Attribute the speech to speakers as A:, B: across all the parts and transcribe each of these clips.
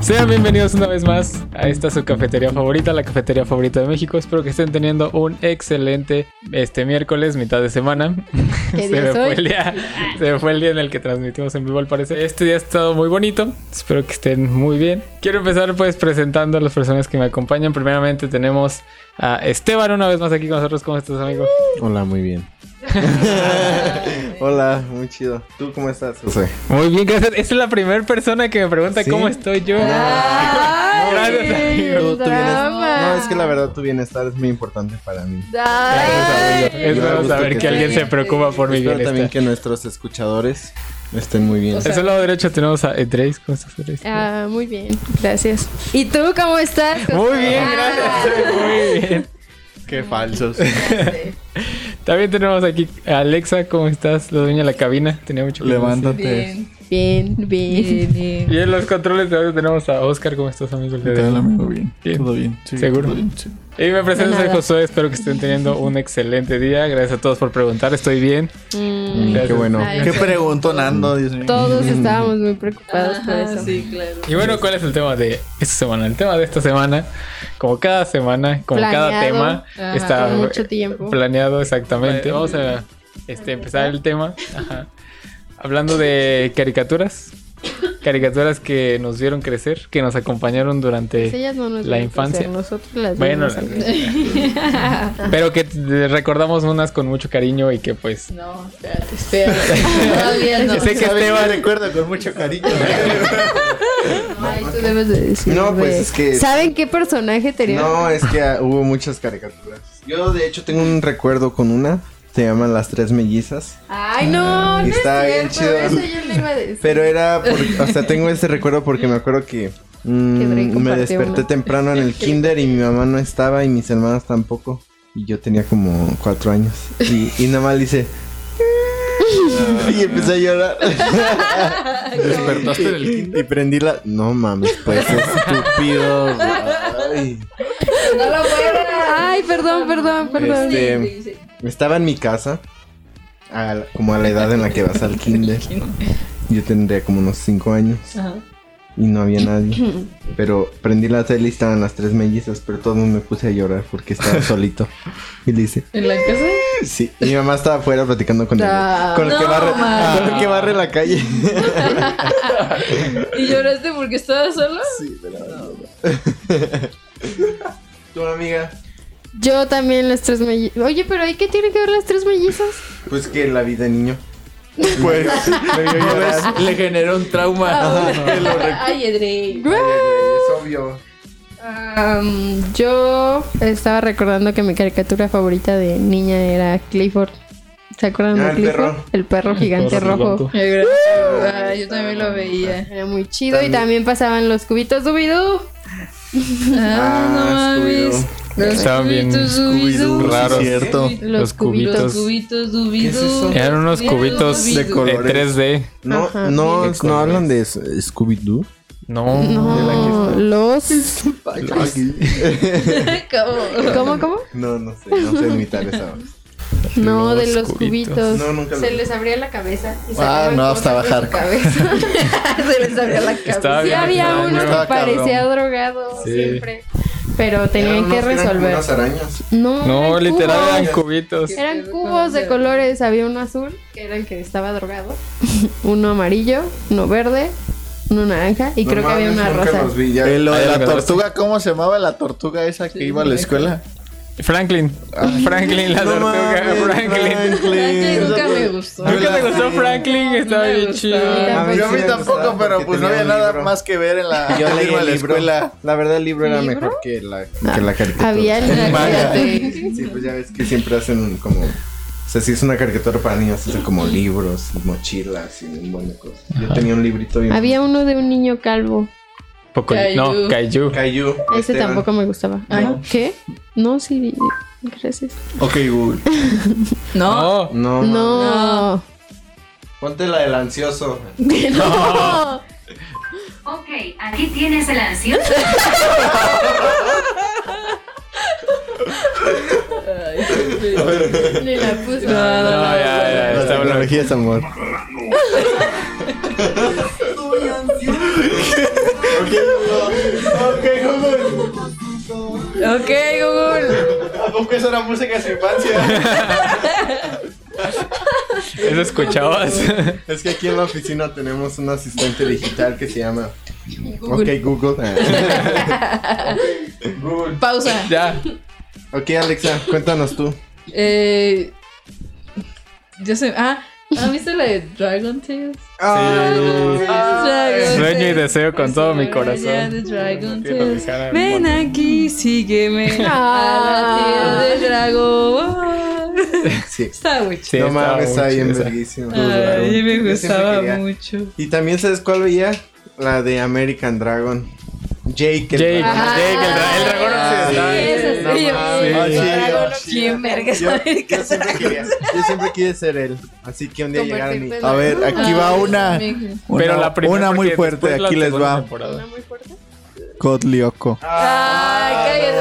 A: Sean bienvenidos una vez más a esta su cafetería favorita, la cafetería favorita de México. Espero que estén teniendo un excelente este miércoles, mitad de semana.
B: ¿Qué
A: se
B: día
A: me
B: es hoy?
A: fue el día, se me fue el día en el que transmitimos en vivo al parecer. Este día ha estado muy bonito. Espero que estén muy bien. Quiero empezar pues presentando a las personas que me acompañan. Primeramente tenemos a Esteban una vez más aquí con nosotros. ¿Cómo estás, amigo?
C: Hola, muy bien. Hola, muy chido. ¿Tú cómo estás? José?
A: Muy bien, gracias. Esa es la primera persona que me pregunta
C: ¿Sí?
A: cómo estoy yo.
B: Ay,
A: Gracias, amigo.
C: Tu- tu bienestar-
B: drama.
C: No, es que la verdad tu bienestar es muy importante para mí.
B: Ay.
A: Es
C: Gracias, amigo. Yo
A: bueno
C: gusto
A: saber
C: que
A: que
C: estés
A: alguien se
C: bien.
A: preocupa por mi
C: Espero también
A: bienestar.
C: que nuestros escuchadores estén muy bien.
B: O sea-
A: En su lado derecho tenemos a Edreis. ¿Cómo estás, Edreis?
B: Ah, muy bien, gracias. ¿Y tú cómo estás? Ah,
A: Muy bien, gracias. Muy bien.
D: Qué falsos.
B: gracias.
A: También tenemos aquí a Alexa. ¿Cómo estás? La dueña de la cabina. Tenía mucho que
D: Levántate.
B: Bien, bien.
A: decir. Y en los controles de ahorita tenemos a Oscar. ¿Cómo estás, amigo?
D: ¿Qué tal, amigo? Bien.
A: Bien.
D: Todo bien. sí,
A: ¿Seguro?
D: todo bien, sí.
A: Y me presento,
B: De
A: soy
B: nada.
A: Josué. Espero que estén teniendo un excelente día. Gracias a todos por preguntar. Estoy bien.
B: Mm,
C: Mm, qué
A: Gracias.
C: bueno.
B: Ay,
D: ¿Qué preguntó Nando? Dios mío.
B: todos estábamos muy preocupados por
E: Ajá,
B: eso.
E: Sí, claro.
A: Y bueno, ¿cuál es el tema de esta semana? El tema de esta semana, como cada semana, como cada
B: Planeado.
A: tema,
E: Ajá.
A: está
B: Con mucho tiempo.
A: planeado exactamente. Vamos a este, empezar el tema ajá, hablando de caricaturas. Caricaturas que nos vieron crecer, que nos acompañaron durante...
B: Ellas no nos
A: La
B: vieron
A: infancia.
B: crecer, Nosotros las
A: Bueno,
B: vimos
A: la-
B: al-
A: pero que eh, recordamos unas con mucho cariño y que pues...
E: No, espérate, espérate. Todavía no.
A: Yo sé que
D: ¿Sabes?
A: Esteban-
D: Yo recuerdo con mucho cariño.
B: Ay, tú debes de decir.
C: No, pues,
B: güey.
C: es que-
B: ¿Saben qué personaje tenía?
C: No, es que ah, hubo muchas caricaturas. Yo de hecho tengo un recuerdo con una. Se llama Las Tres Mellizas.
B: Ay, no, no
C: Está bien
B: es cierto.
C: chido.
B: Eso yo le iba a decir.
C: Pero era, por- o sea, tengo este recuerdo porque me acuerdo que mm,
B: Que Drake
C: me
B: compartió
C: desperté
B: una.
C: temprano en el kinder y mi mamá no estaba y mis hermanas tampoco. Y yo tenía como cuatro años. Y, y nada más le hice... "Ah", Y empecé a llorar.
D: Despertaste en el
C: Y prendí la... No mames, pues estúpido. Ay.
E: No lo puedo.
B: Ay, perdón, perdón, perdón.
C: Este, estaba en mi casa, a la- como a la edad en la que vas al kinder. Yo tendría como unos cinco años.
E: Ajá.
C: y no había nadie. Pero prendí la tele y estaban las tres mellizas, pero todo me puse a llorar porque estaba solito. Y le hice,
E: ¿En la casa?
C: sí. Y mi mamá estaba afuera platicando con el,
B: Ah,
C: con el que
E: no,
C: barre,
E: ma.
C: con el que barre la calle.
E: ¿Y lloraste porque estabas solo?
C: sí, de la ¿Tu amiga?
B: Yo también las tres mellizas. Oye, pero ¿y qué tienen que ver las tres mellizas?
C: Pues que la vida de niño.
D: Pues
C: Me vio llorar.
D: le generó un trauma.
E: Ay,
B: Ah,
E: Edrey.
C: Es obvio.
B: Am, yo estaba recordando que mi caricatura favorita de niña era Clifford. ¿Se acuerdan
C: Ah,
B: de
C: el
B: Clifford?
C: perro.
B: El perro gigante
A: Perro
B: rojo.
A: gigante.
E: Ay, gracias. Ay, yo también lo veía.
B: Era muy chido y
C: También.
B: también pasaban los cubitos Dubidú.
E: Ah,
C: Ah,
E: no mames.
C: Scooby-Doo. ¿eh?
E: Los
A: Estaban bien
E: cubitos
D: Scooby-Doo,
E: dubidos.
A: Raros.
D: sí, cierto.
B: Los
A: Los
B: cubitos.
E: Los
A: cubitos.
E: cubitos dubidos.
C: ¿Qué es eso?
A: Eran unos cubitos
C: De
A: de
C: colores.
A: 3D.
C: No,
B: Ajá.
C: no,
A: De
C: no
A: colores.
C: hablan de S- Scooby-Doo.
A: No.
B: No, los.
E: ¿Cómo?
B: ¿Cómo, cómo?
C: No, no sé, no sé imitar esa voz.
B: No, de
A: Los
B: los
A: cubitos.
B: cubitos.
C: No, nunca lo
B: Se
C: vi.
B: les abría la cabeza. Y
D: Ah,
B: sacaban
D: no, hasta
B: cosas de su
D: bajar.
B: cabeza.
E: Se les abría la
A: Estaba
B: Sí
A: bien
B: había
A: extraño.
B: uno que
C: Estaba cabrón.
B: parecía drogado
A: Sí.
B: siempre, pero
C: Eran
B: tenían que
C: unos- eran como
B: resolver.
C: unas arañas.
B: No,
A: No,
B: eran
A: literal
B: cubos.
A: eran cubitos.
B: Eran cubos de colores, había uno azul, que era el que estaba drogado, uno amarillo, uno verde, uno naranja y
C: No
B: creo que había
C: mames,
B: una
C: nunca
B: rosa.
C: los vi, ya-
D: Eh, lo
A: Ahí
D: de
A: lo
D: la
A: agarraste.
D: tortuga, ¿cómo se llamaba la tortuga esa que iba a la escuela?
A: Franklin. Franklin la
C: No
A: tortuga.
C: mames,
A: Franklin.
E: Franklin nunca me gustó.
A: Nunca te gustó Franklin, estaba
E: No me
A: bien
E: gustaba.
A: chido.
B: A mí
D: Yo a
B: sí
D: mí
C: me
D: tampoco,
C: gustaba
D: pero
C: porque
D: pues no
C: tenía
D: había
C: un
D: nada
C: libro. Ah,
D: más que ver en la,
C: Yo
D: en
C: leí el
D: la
C: libro.
D: escuela.
C: La verdad, el libro Ah, era
B: ¿Libro?
C: mejor que la, que la caricatura.
B: Había el
E: Fíjate.
C: Sí, pues ya ves que siempre hacen como. O sea, si es una caricatura para niños, hacen como libros, y mochilas y un buen de cosas. Yo tenía un librito bien.
B: había uno de un niño calvo.
A: Poco,
E: Caillou.
A: no, Kaiju.
C: Cayu.
B: Ese tampoco me gustaba.
E: Ay.
B: No. ¿Qué? No, sí. Gracias.
D: Ok, Google.
E: No.
A: No.
C: No.
B: No.
C: Ponte la del ansioso.
B: No.
F: Ok, aquí tienes el ansioso.
B: Ni la puse.
A: No,
E: Ah,
A: ya, ya,
C: La
A: está bueno.
C: tecnología es amor. ok,
E: Ok, Google.
D: ¿A poco eso era música de su infancia?
A: Eso escuchabas.
C: Es que aquí en la oficina tenemos un asistente digital que se llama
E: Google.
C: Ok Google. Ah.
E: Pausa.
A: ya.
C: ok Alexa, cuéntanos tú.
E: Eh, yo sé. Ah, ¿has visto la de Dragon Tales? Dragon
A: Sueño y
E: Tales.
A: deseo con todo mi
E: Sueño
A: corazón.
E: de Dragon
A: Tiene la
E: Tales.
A: cara
E: Ven
A: hermosa.
E: aquí, sígueme. A la tierra del dragón.
C: Sí.
E: Está muy
A: Sí,
E: chido.
C: no
A: estaba
C: mames,
A: muy
C: está bien
A: chida.
C: verguísima.
E: Ay,
C: Yo
E: me
C: siempre
E: gustaba
C: quería.
E: mucho.
C: Y también, ¿sabes cuál veía? La de American Dragon. Jake. el
A: Jake,
C: dragón.
A: Jake, el, dra- el dragón
C: Ah,
A: occidental.
C: sí, ese
A: No
C: sí,
A: mames. Sí.
C: sí.
E: ¿Quién verga es
C: Yo,
E: American
C: yo siempre quería, yo siempre quise ser él. Así que un día llegaron y.
B: Convertirte en-
D: A ver, aquí va una. una-
A: Pero la primera.
D: Una muy
A: porque
D: fuerte,
A: después la
D: aquí les
A: segunda
D: va.
A: temporada.
D: Cotlioco.
E: Ah, Ay,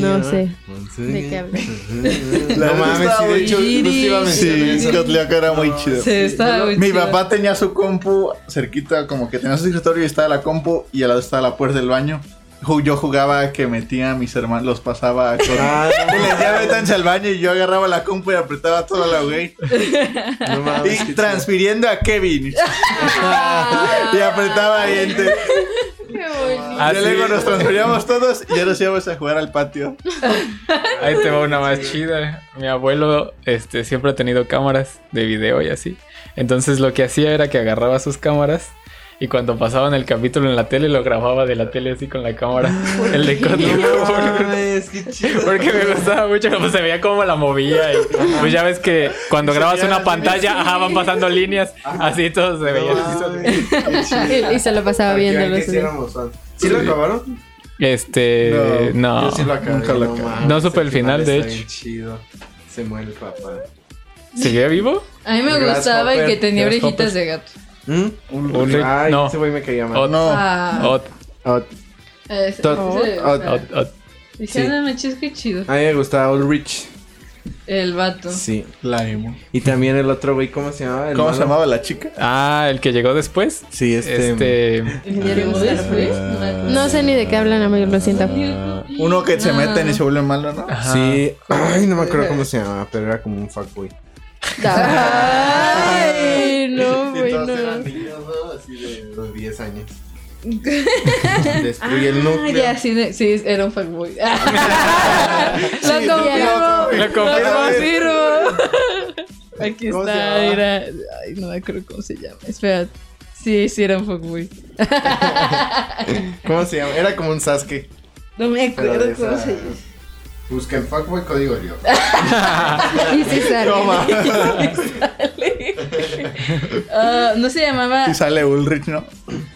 B: No sé. ¿De
C: ¿De
B: qué hablas?
D: La
C: No mames,
D: está
C: sí, de hecho,
E: muy
C: justo iba a mencionar
D: Sí,
C: eso.
D: Cotlioco era muy chido.
E: Se estaba muy
D: Mi
E: chido.
D: papá tenía su compu cerquita, como que tenía su escritorio y estaba la compu y al lado estaba la puerta del baño. Ju- Yo jugaba que metía a mis hermanos, los pasaba a con...
C: Ah,
D: Y les decía, "Métanse al baño y yo agarraba la compu y apretaba toda la güey.
C: no mames, qué
D: Y
C: chido.
D: transfiriendo a Kevin. y apretaba y enter.
A: Ah,
D: Y
A: sí.
D: luego nos transferíamos todos y ya nos íbamos a jugar al patio.
A: Ahí te va una más chida. Mi abuelo este, siempre ha tenido cámaras de video y así. Entonces lo que hacía era que agarraba sus cámaras y cuando pasaban el capítulo en la tele lo grababa de la tele así con la cámara. El de
C: No
A: Cotton.
C: mames, qué chido.
A: Porque me gustaba mucho cómo se veía cómo la movía. y, pues ya ves que cuando grabas
D: veía
A: una
D: las líneas.
A: pantalla, ajá, van pasando líneas. Así todo se veía.
C: No mames, qué chido.
B: Y, y se lo pasaba
C: Para que
B: viendo.
C: vean que
B: los
C: sí éramos fans. ¿Sí lo acabaron?
A: Este. No.
C: Yo sí lo acabé.
D: nunca lo acabé.
C: mames,
A: No supe el final, de
C: está
A: hecho.
C: bien chido. Se muere el papá.
A: ¿Seguía vivo?
E: A mí me
C: Grasshopper,
E: gustaba el que tenía
A: Grasshopper.
E: orejitas de gato.
C: Un,
A: Un-
C: Ay,
A: no.
C: ese güey me caía mal.
A: Ot-
D: No.
E: Ah,
C: Oh.
A: ot-
C: Ot-
E: ese-
C: tot-
E: ese-
C: ot-
E: ah,
A: ot- ot-
E: Dije,
C: oh,
E: "Ah,
C: sí.
E: no manches, qué chido.
C: A mí me gustaba Ulrich.
E: El vato.
C: Sí.
D: La
C: Y también el otro güey, ¿cómo se llamaba? El
D: ¿Cómo se
C: malo.
D: llamaba la chica?
A: Ah, el que llegó después.
C: Sí, este.
A: Este.
E: El que llegó después, ¿no?
B: No sé ni de qué hablan, amigos, lo siento.
D: Uno que se
E: Ah.
D: meten y se vuelve malo, ¿no?
C: Ah. Sí. Ay, no me acuerdo cómo se llamaba, pero era como un fuckboy.
B: Ay, no, bueno.
C: niños, ¿no? Así de los 10 años. Destruye el
E: Ah,
C: núcleo.
E: ya, sí, de- sí, era un fuckboy. lo
D: Sí,
E: confirmo.
A: Lo
E: Lo
A: confirmo.
E: confirmo. Aquí
C: ¿Cómo se
E: está,
C: llamaba?
E: era. Ay, no me acuerdo cómo se llama. Espera. Sí, sí, era un fuckboy.
C: ¿Cómo se llama? Era como un Sasuke.
E: No me
C: Pero
E: acuerdo
C: de
E: cómo
C: esa-
E: se llama.
C: Busca en fuckboy código yo.
B: Y sí sale.
E: Ah, no se llamaba.
D: Y sale Ulrich, ¿no?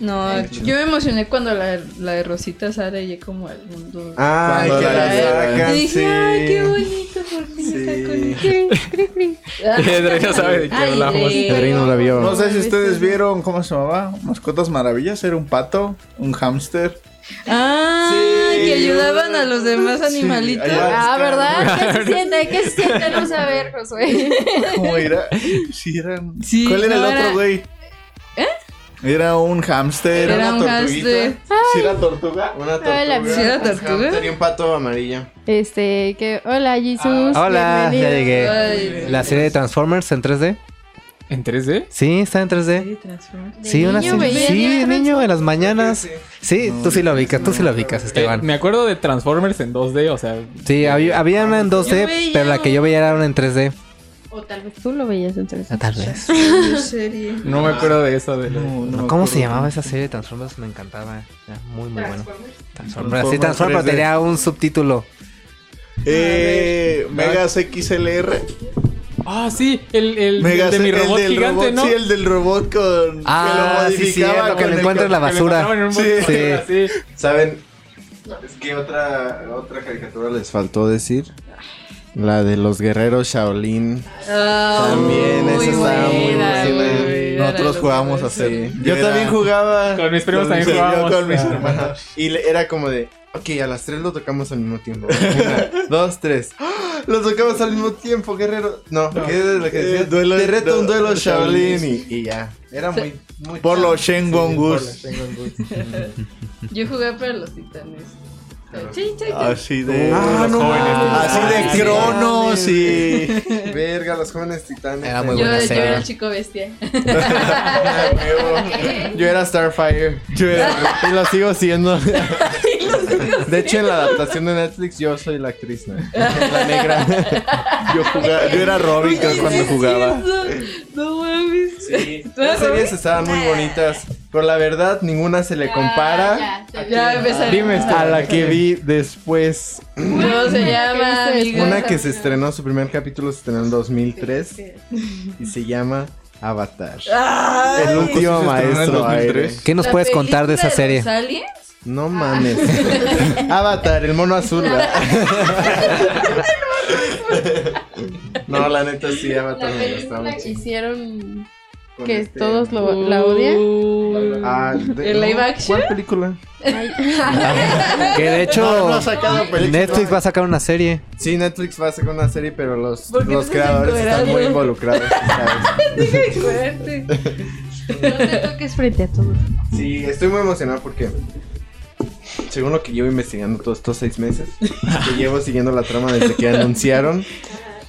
E: No, yo me emocioné cuando la, la de Rosita sale ya como al mundo.
C: Ay,
D: Cuando
C: que
D: la
C: Ah, la
D: sacan,
E: Y
C: sacan.
E: dije,
C: sí.
E: ay, qué bonito, por fin
C: Sí.
E: está con él. Ah.
A: Edrey no sabe de qué
E: Ay,
A: hablamos.
E: Edrey.
C: Edrey no la vio.
D: No sé si ustedes vieron cómo se llamaba. Mascotas maravillas. Era un pato, un hámster.
E: Ah,
D: Sí.
E: que ayudaban a los demás animalitos.
D: Sí, ayudaban.
B: Ah, ¿verdad? ¿Qué se siente? ¿Qué se siente no saber, Josué?
D: ¿Cómo era? Sí, eran.
E: Sí,
D: ¿Cuál era
E: no,
D: el
E: era-
D: otro, güey? ¿Eh? Era un hámster.
E: Era un
D: tortuguita.
E: hámster.
D: Sí, era tortuga.
C: Una
B: Ay, la
C: tortuga.
E: ¿Sí era
C: un
E: tortuga?
C: hamster y un pato amarillo.
B: Este, que. Hola, Jesús.
G: Ah, Hola, ya llegué.
E: Ay,
G: La serie de Transformers en 3D.
A: ¿En 3D?
G: Sí, está en 3D. Sí, una
B: niño
G: serie.
B: veías
G: Sí,
B: ya
G: de niño, en las mañanas. Sí, tú sí la ubicas, tú sí la ubicas,
A: Eh,
G: Esteban.
A: me acuerdo de Transformers en 2D, o sea,
G: Sí, había, había una en
E: Yo
G: 2D,
E: veía
G: pero la que yo veía era una en 3D.
B: O tal vez tú lo veías entre
G: Ah, Tal vez.
E: serie.
A: no me acuerdo de eso. De
D: No, no me
G: ¿Cómo
D: acuerdo.
G: se llamaba esa serie de Transformers? Me encantaba. Era muy, muy bueno. Transformers. Sí,
D: Transformers
G: Transformers,
D: 3D.
G: pero tenía un subtítulo.
D: Eh, Megas XLR.
A: Ah, sí, el, el,
D: Megas
A: el de mi
D: el
A: robot
D: del
A: gigante,
D: robot,
A: ¿no?
D: Sí, el del robot con.
G: Ah, sí, cierto,
D: con
G: que lo
D: el
G: encuentra en la
A: Que lo encontraban en
G: basura.
A: un monte,
G: Sí.
A: así.
C: ¿Saben? Es que otra, otra caricatura les faltó decir. La de los guerreros Shaolin.
E: Ah,
C: También, esa estaba muy buena.
D: Nosotros jugábamos a hacer.
C: Yo
D: era-
C: también jugaba.
A: Con mis primos
C: con
A: también
C: mis- yo
A: jugábamos.
D: con mis
A: Ah.
D: hermanos.
C: Y le- era como de, ok, a las tres lo tocamos al mismo tiempo. Una, dos, tres. ¡Ah! Lo tocamos al mismo tiempo, guerrero. No, ¿qué es lo que
D: Eh,
C: decía?
D: duelo-
C: Te reto un duelo
D: duelo
C: Shaolin
D: Shaolin.
C: y, y ya. Era muy, muy
D: Por
C: chavo.
D: los Shen
C: Sí,
D: Gong
C: por
D: Gus.
C: los Shen Gong Gus.
E: Yo jugué para los titanes. Sí, sí,
D: Así de.
C: Ah, no mames.
D: Así de Cronos y.
C: Verga, los jóvenes titanes.
G: Era muy
E: Yo, yo
G: buena serie.
E: era el chico bestia.
C: Yo era Starfire. Yo era- y lo sigo siendo. De hecho, en la adaptación de Netflix, yo soy la actriz, ¿no? La negra.
D: Yo, jugaba, yo era Robin creo, cuando jugaba.
E: No mames.
C: Sí. Las series estaban muy bonitas. Pero la verdad, ninguna se le compara
F: Ah, ya, ya.
E: Ya empezaron.
A: Dime,
G: este,
C: a la que vi después.
E: ¿Cómo se llama, amigo?
C: Una que se estrenó, su primer capítulo se estrenó en 2003. Y se llama Avatar.
E: Ay,
C: El último
D: ¿Sí se estrenó en
C: maestro. aire.
D: 2003?
G: ¿Qué nos
E: Ah, ¿la
G: puedes contar de esa
E: película
G: serie?
E: los aliens? Ah.
C: No mames. Avatar, el mono azul. ¿verdad? no, la neta sí, Avatar me gustaba mucho.
B: Hicieron
C: Con
B: que
C: este-
B: todos lo, la odian.
E: Uh,
C: Ah, de-
E: ¿El live
C: no,
E: action?
C: ¿Cuál película?
G: Que de hecho
D: No, no ha sacado película.
G: Netflix va a sacar una serie.
C: Sí, Netflix va a sacar una serie, pero los,
E: ¿Por qué
C: los
E: te estás
C: creadores están
E: encuerando?
C: muy involucrados. ¿sabes?
E: Qué fuerte.
B: No te toques frente a todos.
C: Sí, estoy muy emocionado porque, según lo que llevo investigando todos estos seis meses, que llevo siguiendo la trama desde que anunciaron,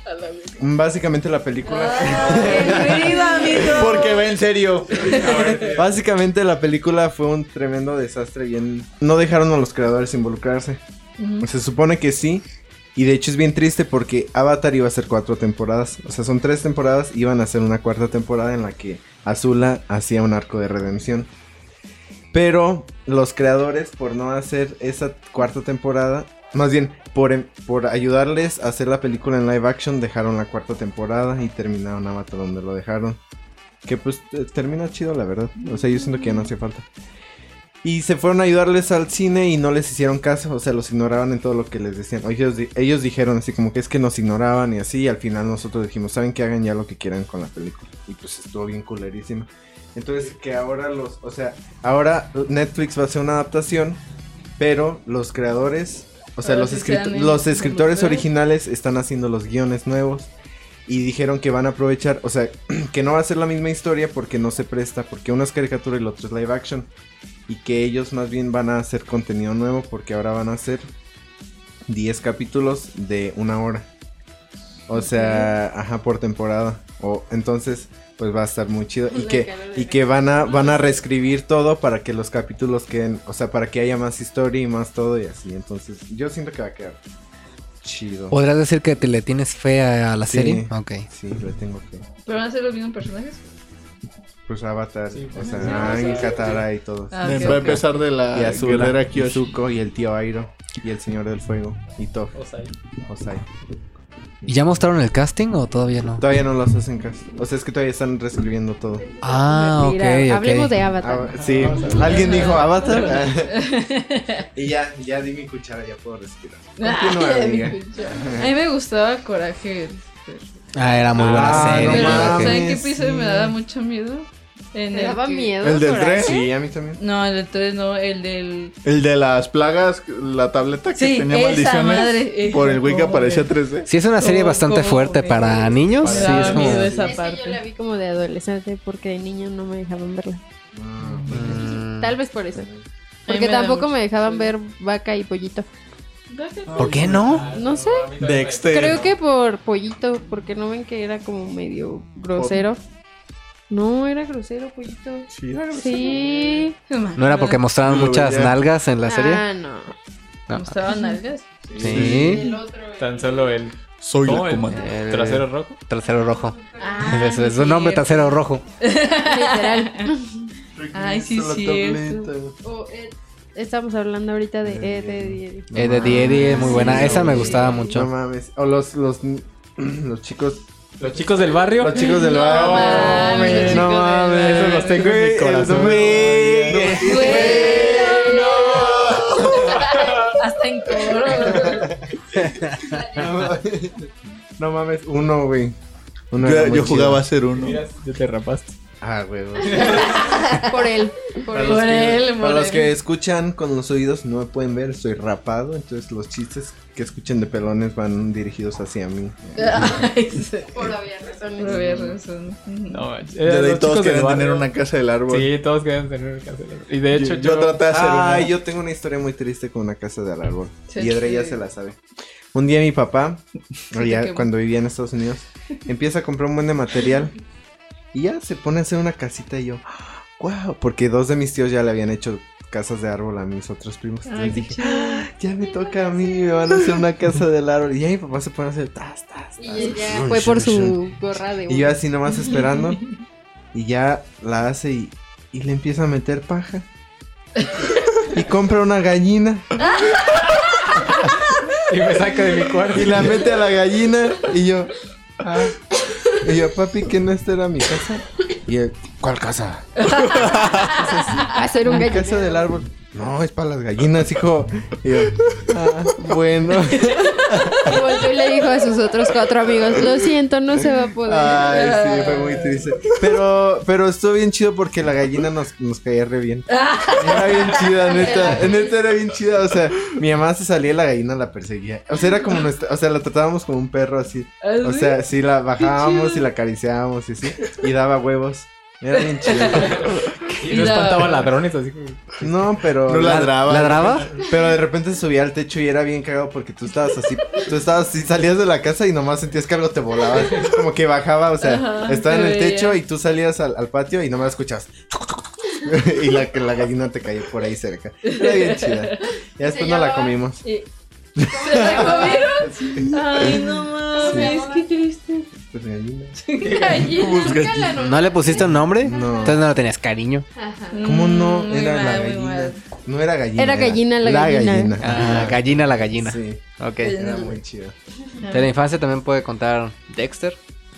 E: Ah,
C: básicamente la película.
E: Bienvenido, amigo.
C: Porque va en serio. Básicamente la película fue un tremendo desastre bien. No dejaron a los creadores involucrarse. Se supone que sí. Y de hecho es bien triste porque Avatar iba a ser cuatro temporadas. O sea, son tres temporadas. Iban a ser una cuarta temporada en la que Azula hacía un arco de redención. Pero los creadores, por no hacer esa cuarta temporada, más bien por, em- por ayudarles a hacer la película en live action, dejaron la cuarta temporada y terminaron Avatar donde lo dejaron. Que pues eh, termina chido, la verdad. O sea, yo siento que ya no hacía falta. Y se fueron a ayudarles al cine y no les hicieron caso, o sea, los ignoraban en todo lo que les decían. O Ellos, di- ellos dijeron así como que es que nos ignoraban y así, y al final nosotros dijimos, saben que hagan ya lo que quieran con la película. Y pues estuvo bien culerísima. Entonces que ahora los, o sea, ahora Netflix va a hacer una adaptación, pero los creadores, o sea,
E: Ahora
C: los,
E: sí
C: escrit-
E: quedan en-
C: los escritores
E: involucrados.
C: originales están haciendo los guiones nuevos y dijeron que van a aprovechar, o sea, que no va a ser la misma historia porque no se presta, porque una es caricatura y la otra es live action. Y que ellos más bien van a hacer contenido nuevo porque ahora van a hacer 10 capítulos de una hora. O sea, ajá, por temporada. O entonces, pues va a estar muy chido. Y
E: La
C: que,
E: cara de
C: y que van a, van a reescribir todo para que los capítulos queden, o sea, para que haya más historia y más todo y así. Entonces, yo siento que va a quedar chido.
G: ¿Podrías decir que te le tienes fe a, a la
C: Sí.
G: serie? Ok.
C: Sí, le tengo que.
E: ¿Pero van a ser los mismos personajes?
C: Pues Avatar, o sea,
E: sí,
C: Aang,
E: sí.
C: Katara y todo.
E: Ah, ok,
D: Va a
E: ok.
D: empezar de la
C: Y Azula,
D: guerrera
C: y
D: Kyoshi.
C: Zuko, y el tío Airo, y el señor del fuego, y Toph, Osai.
G: ¿Y ya mostraron el casting o todavía no?
C: Todavía no los hacen caso. O sea, es que todavía están reescribiendo todo.
G: Ah, ok,
B: Mira,
G: ok.
B: hablemos de Avatar.
C: Ah, sí, alguien dijo Avatar. y ya, ya di mi cuchara, ya puedo respirar. Continúa,
E: Ay,
C: amiga.
E: mi cuchara. A mí me gustaba Coraje. pero-
G: Ah, era muy buena
C: Ah,
G: serie.
C: no
E: Pero,
C: mames,
E: ¿saben qué episodio
C: sí.
E: me daba mucho miedo?
G: Ah,
E: En
B: Me
E: el
B: daba
E: que-
B: miedo.
D: ¿El del
B: Coraje.
D: tren?
C: Sí, a mí también.
E: No, el del 3 no, el del...
D: El de las plagas, la tableta que
E: Sí,
D: tenía
E: esa
D: maldiciones.
E: madre, esa
D: por el wiki
E: madre.
D: aparecía 3D.
G: Sí, es una serie
E: Oh,
G: bastante
E: cómo
G: fuerte
E: me-
G: para niños.
E: Me
G: Sí,
E: daba
G: es como-
E: miedo esa
B: Esa
E: parte.
B: yo la vi como de adolescente porque de niño no me dejaban verla.
C: pues,
G: Mm.
B: Tal vez por eso.
E: me
B: Porque
E: da
B: tampoco
E: mucho
B: me dejaban
E: miedo.
B: ver vaca y pollito.
G: ¿Por qué no?
B: No sé,
D: Dexter.
B: creo que por pollito, porque no ven que era como medio grosero. No, era grosero, pollito.
D: Sí, era grosero.
B: Sí.
G: ¿No era porque mostraban
D: Lo
G: muchas
D: veía.
G: nalgas en la serie?
B: Ah, no.
E: ¿Me gustaban nalgas?
G: Sí.
A: Tan solo el.
D: Soy
A: ¿cómo?
D: la
A: El
D: comandante.
G: El-
A: trasero rojo.
G: Trasero rojo.
E: Ah,
G: es es un nombre trasero rojo.
B: Literal.
E: Ay, sí,
D: La
E: cierto.
D: tableta.
B: O Ed. Estamos hablando ahorita de Ed, Ed, y Eddie.
G: Eh, de Eddie, muy buena. Esa me gustaba
C: No
G: mucho.
C: mames. O los, los, los chicos.
A: Los chicos del barrio.
C: Los chicos del barrio.
E: mames, los
C: No
E: chicos del
C: mames.
E: barrio.
C: Esos los tengo en mi
D: Güey,
C: corazón.
D: el güey.
C: No.
E: Hasta en coro.
C: No mames. Uno, güey. Uno
D: Yo,
C: era muy
D: yo
C: chido.
D: jugaba a ser uno.
A: Mira, ya te rapaste.
C: Ah, huevo.
B: Por él. Por
C: Para
B: él.
C: los,
E: Por
C: que,
E: él,
C: para
E: por
C: los
E: él.
C: que escuchan con los oídos no me pueden ver, soy rapado, entonces los chistes que escuchen de pelones van dirigidos hacia mí.
E: Ay, sí.
B: Por obvias razones.
E: Por obvias razones. Ujú.
A: No, manches.
D: Ya
A: Eran
D: de ahí
A: los
D: todos
A: chicos del
D: querían tener
A: barrio.
D: una casa del árbol.
A: Sí, todos querían tener una casa del árbol. Y de hecho,
D: Pues, yo, yo
A: yo
D: traté de hacer una.
C: Ay, yo tengo una historia muy triste con una casa del árbol.
E: Sí,
C: y Edre ya
E: sí.
C: se la sabe. Un día mi papá, allá
E: quemó.
C: cuando vivía en Estados Unidos, empieza a comprar un buen de material y ya se pone a hacer una casita y yo, wow, porque dos de mis tíos ya le habían hecho casas de árbol a mis otros primos.
E: Ay,
C: Entonces
E: qué
C: dije,
E: chido.
C: ya me toca a mí, me van a hacer una casa del árbol. Y ya mi papá se pone a hacer tas, tas, tas.
B: Y ella fue por su gorra de
C: Y yo
B: uno.
C: así nomás esperando. Y ya la hace y, y le empieza a meter paja. Y compra una gallina.
A: y me saca de mi cuarto.
C: Y la mete a la gallina. Y yo. "Ah". Y yo, papi, que no esta era mi casa. Y él, ¿cuál casa?
B: Hacer un
C: Mi
B: gallo.
C: casa del árbol. No, es para las gallinas, hijo. Y yo, "Ah, bueno.
B: Y volvió y le dijo a sus otros cuatro amigos: Lo siento, no se va a poder.
C: Ay, sí, fue muy triste. Pero, pero estuvo bien chido porque la gallina nos, nos caía re bien.
E: Ah.
C: Era bien chida, neta. Neta era bien chida. O sea, mi mamá se salía y la gallina la perseguía. O sea, era como nuestra, o sea, la tratábamos como un perro así.
E: ¿Ah,
C: O
E: sí?
C: sea, sí la bajábamos
E: chido.
C: y la acariciábamos y así. Y daba huevos. Era bien chido.
A: Y no
E: No.
A: espantaba ladrones, así como.
C: No, pero.
D: No
C: la-
D: ladraba.
C: ¿Ladraba? Pero de repente subía al techo y era bien cagado porque tú estabas así. Tú estabas así, salías de la casa y nomás sentías que algo te volaba. Como que bajaba, o sea,
E: Ajá,
C: estaba en
E: te
C: el
E: veía.
C: techo y tú salías al, al patio y nomás escuchabas. y la, la gallina te cayó por ahí cerca. Era bien chida. Ya después no la
B: llamaba?
C: comimos.
E: Y- ¿Se la comieron? Ay, no mames, qué triste.
C: Pues gallina.
B: Gallina, nunca la nombré.
G: ¿No le pusiste un nombre?
C: No.
G: Entonces no le tenías cariño.
B: Ajá.
C: ¿Cómo no?
E: Mm, muy
C: Era la
E: mal, muy
C: gallina.
E: mal.
C: No era gallina.
B: Era gallina la gallina.
G: Ah, gallina la gallina.
C: Sí,
G: Ok.
C: era muy chida.
G: De la infancia también puede contar Dexter.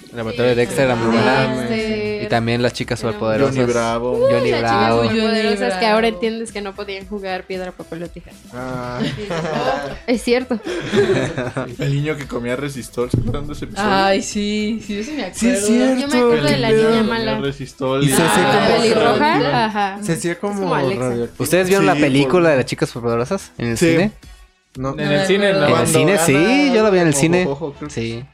G: El laboratorio de Dexter era muy buena.
B: Este,
G: Y también las chicas
B: Era muy-
G: superpoderosas.
D: Johnny Bravo.
G: Johnny
B: las chicas
G: Bravo.
E: Johnny
B: superpoderosas que
E: Bravo.
B: ahora entiendes que no podían jugar piedra, papel o tijera.
C: Ah.
B: Es cierto.
D: El niño que comía resistol, ¿se acuerdan de ese episodio?
E: Ay, sí, sí, yo sí me acuerdo.
C: Sí, es cierto.
B: Yo me acuerdo de la
D: El niño
B: niña
D: que
B: mala.
D: comía resistol.
C: Y se hace
B: Ah,
C: como-
B: pelirroja, ajá.
C: Se hacía como,
B: como Alexa.
C: radioactivo.
G: ¿Ustedes vieron
D: Sí,
G: la
D: por-
G: película de las chicas superpoderosas en el
D: Sí.
G: cine?
C: No,
A: En
E: me
A: el cine,
E: acuerdo.
G: En
A: no.
G: el
D: Cuando
G: cine
D: gana-
G: sí, yo la vi en el
D: Ojo,
G: cine.
D: ojo, creo que-
G: Sí.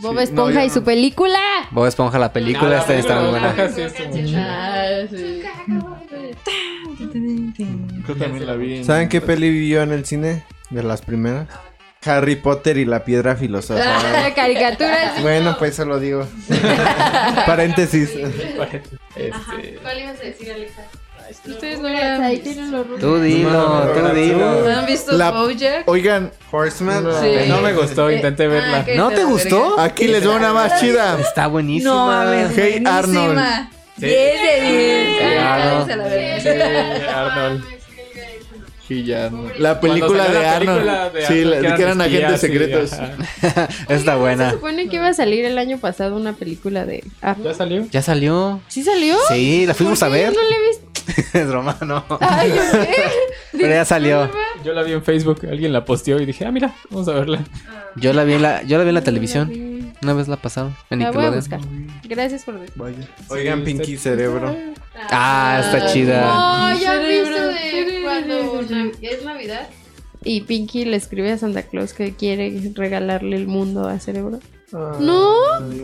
B: Bob
D: Sí, no,
B: Esponja
D: yo
B: y su
D: no.
B: película.
G: Bob Esponja, la película
A: No, Ah, la
G: está, está muy
A: película
G: buena.
A: Ajá, sí, está muy chida.
E: Ah, sí.
D: Yo también la vi. en- este,
C: ¿Saben
A: pues
C: qué peli vivió en el cine? De las primeras. Harry Potter y la piedra filosofal.
B: Caricaturas.
C: bueno, pues eso lo digo. Paréntesis.
A: Este,
B: ¿Cuál ibas a decir, Alexa?
E: Ustedes no la
B: Ahí
E: han
B: tienen
E: visto.
B: los rubios.
G: Tú dilo, tú
E: ¿No
G: dilo.
E: han visto
D: La-
E: Bojack?
D: Oigan,
C: Horseman. eh,
E: Sí.
A: No me gustó, intenté
E: Eh,
A: verla.
E: ah, que
G: ¿No
E: te
G: te
E: la
G: gustó?
D: aquí les va una más chida.
G: Está buenísima.
E: No mames,
D: Hey,
E: buenísima.
D: Arnold.
E: 10 de 10.
G: Hey,
E: Ay,
G: Arnold.
E: cállese la verga.
A: Sí, Arnold.
D: Sí, ya, no. La película
A: Cuando
D: de
A: salió la
D: Arnold.
A: película de
D: sí,
A: Arnold,
D: la- que eran agentes
A: espías, sí,
D: secretos.
A: ajá.
G: Está
B: Se
G: buena.
B: supone que iba a salir el año pasado una película de
A: ¿Ya
B: Arnold.
A: salió?
G: ¿Ya salió?
B: ¿Sí salió?
G: Sí, la fuimos a
B: ¿Por qué
G: ver.
B: No le viste.
G: Es broma, no.
B: Ay, ¿yo qué?
G: Pero ya salió.
A: Yo la vi en Facebook, alguien la posteó y dije, ah, mira, vamos a verla.
G: Yo la vi en la, yo la vi en la televisión. Una vez la pasaron en
B: La voy a
G: Nickelodeon.
B: buscar. Gracias por decir.
D: Vaya.
C: Oigan, Pinky Cerebro.
G: Ah, está chida.
B: No, ya han
E: Cerebro,
B: visto de
E: cerebro.
B: cuando na- es Navidad. Y Pinky le escribe a Santa Claus que quiere regalarle el mundo a Cerebro.
E: Oh,
B: no,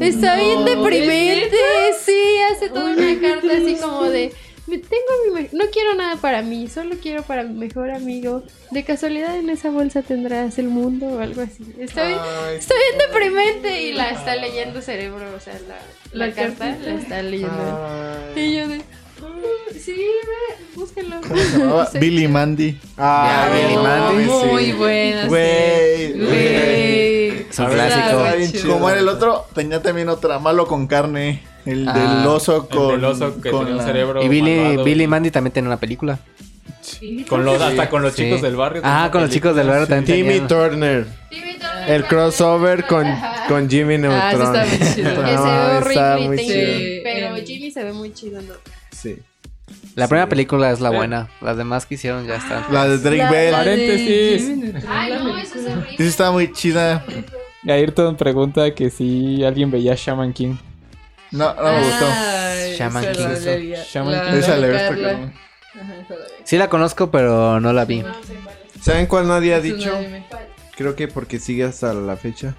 B: está bien deprimente. Sí, hace toda una carta así como de. "Me Tengo a mi me- no quiero nada para mí, solo quiero para mi mejor amigo. De casualidad en esa bolsa tendrás el mundo o algo así. Está bien, está bien deprimente y la está leyendo cerebro, o sea, la, la
E: La
B: carta
E: carta.
B: la está leyendo.
C: Ah.
B: él. Y yo de. "Ah, sí, ve, búsquenlo.
D: Se llamaba
B: Sí.
D: Billy Mandy.
C: Ah,
G: Ya, Billy Mandy.
E: Muy buena.
D: Güey.
E: sí. Ah, Güey.
G: Es un
D: A ver,
G: clásico.
E: Está
D: bien
E: chido.
D: Como era el otro, tenía también otra, malo con carne. El
G: Ah,
D: del oso con.
A: el del oso que
D: con
A: tenía un
D: la-
A: cerebro.
G: Y Billy,
A: malvado.
G: Billy y Mandy también tienen una película.
A: Con los, hasta con los
G: Sí.
A: chicos del barrio.
G: Ah, con los chicos del barrio también.
C: Timmy
G: tenían-
C: Turner.
B: Timmy Turner.
C: El crossover con, con Jimmy
E: Ah, sí
C: Neutron.
E: está muy
B: Que se ve horrible,
C: No, está muy
E: chido.
B: y tenso,
E: chido. Sí.
B: pero Jimmy se ve muy chido, ¿no?
C: Sí.
G: La primera película es la
A: Sí.
G: buena. Las demás que hicieron ya están.
D: La de Drake
E: La-
D: Bell.
E: la de
A: Paréntesis.
E: Jimmy Neutron, la película.
B: es
D: Esa está muy chida.
A: Ayrton pregunta que si alguien veía Shaman King.
E: Ah,
D: No, no Ah, me gustó.
E: Ay, se,
G: Shaman
E: se
G: King.
E: la debería.
A: Shaman
E: la-
A: King.
E: la
D: Esa
E: de
D: le ves
E: Carla.
D: porque no.
E: Ajá, esa la de-
G: Sí la conozco, pero no la vi.
C: ¿Saben cuál nadie ha
E: Entonces,
C: dicho?
E: no, dime.
C: Creo que porque sigue hasta la fecha.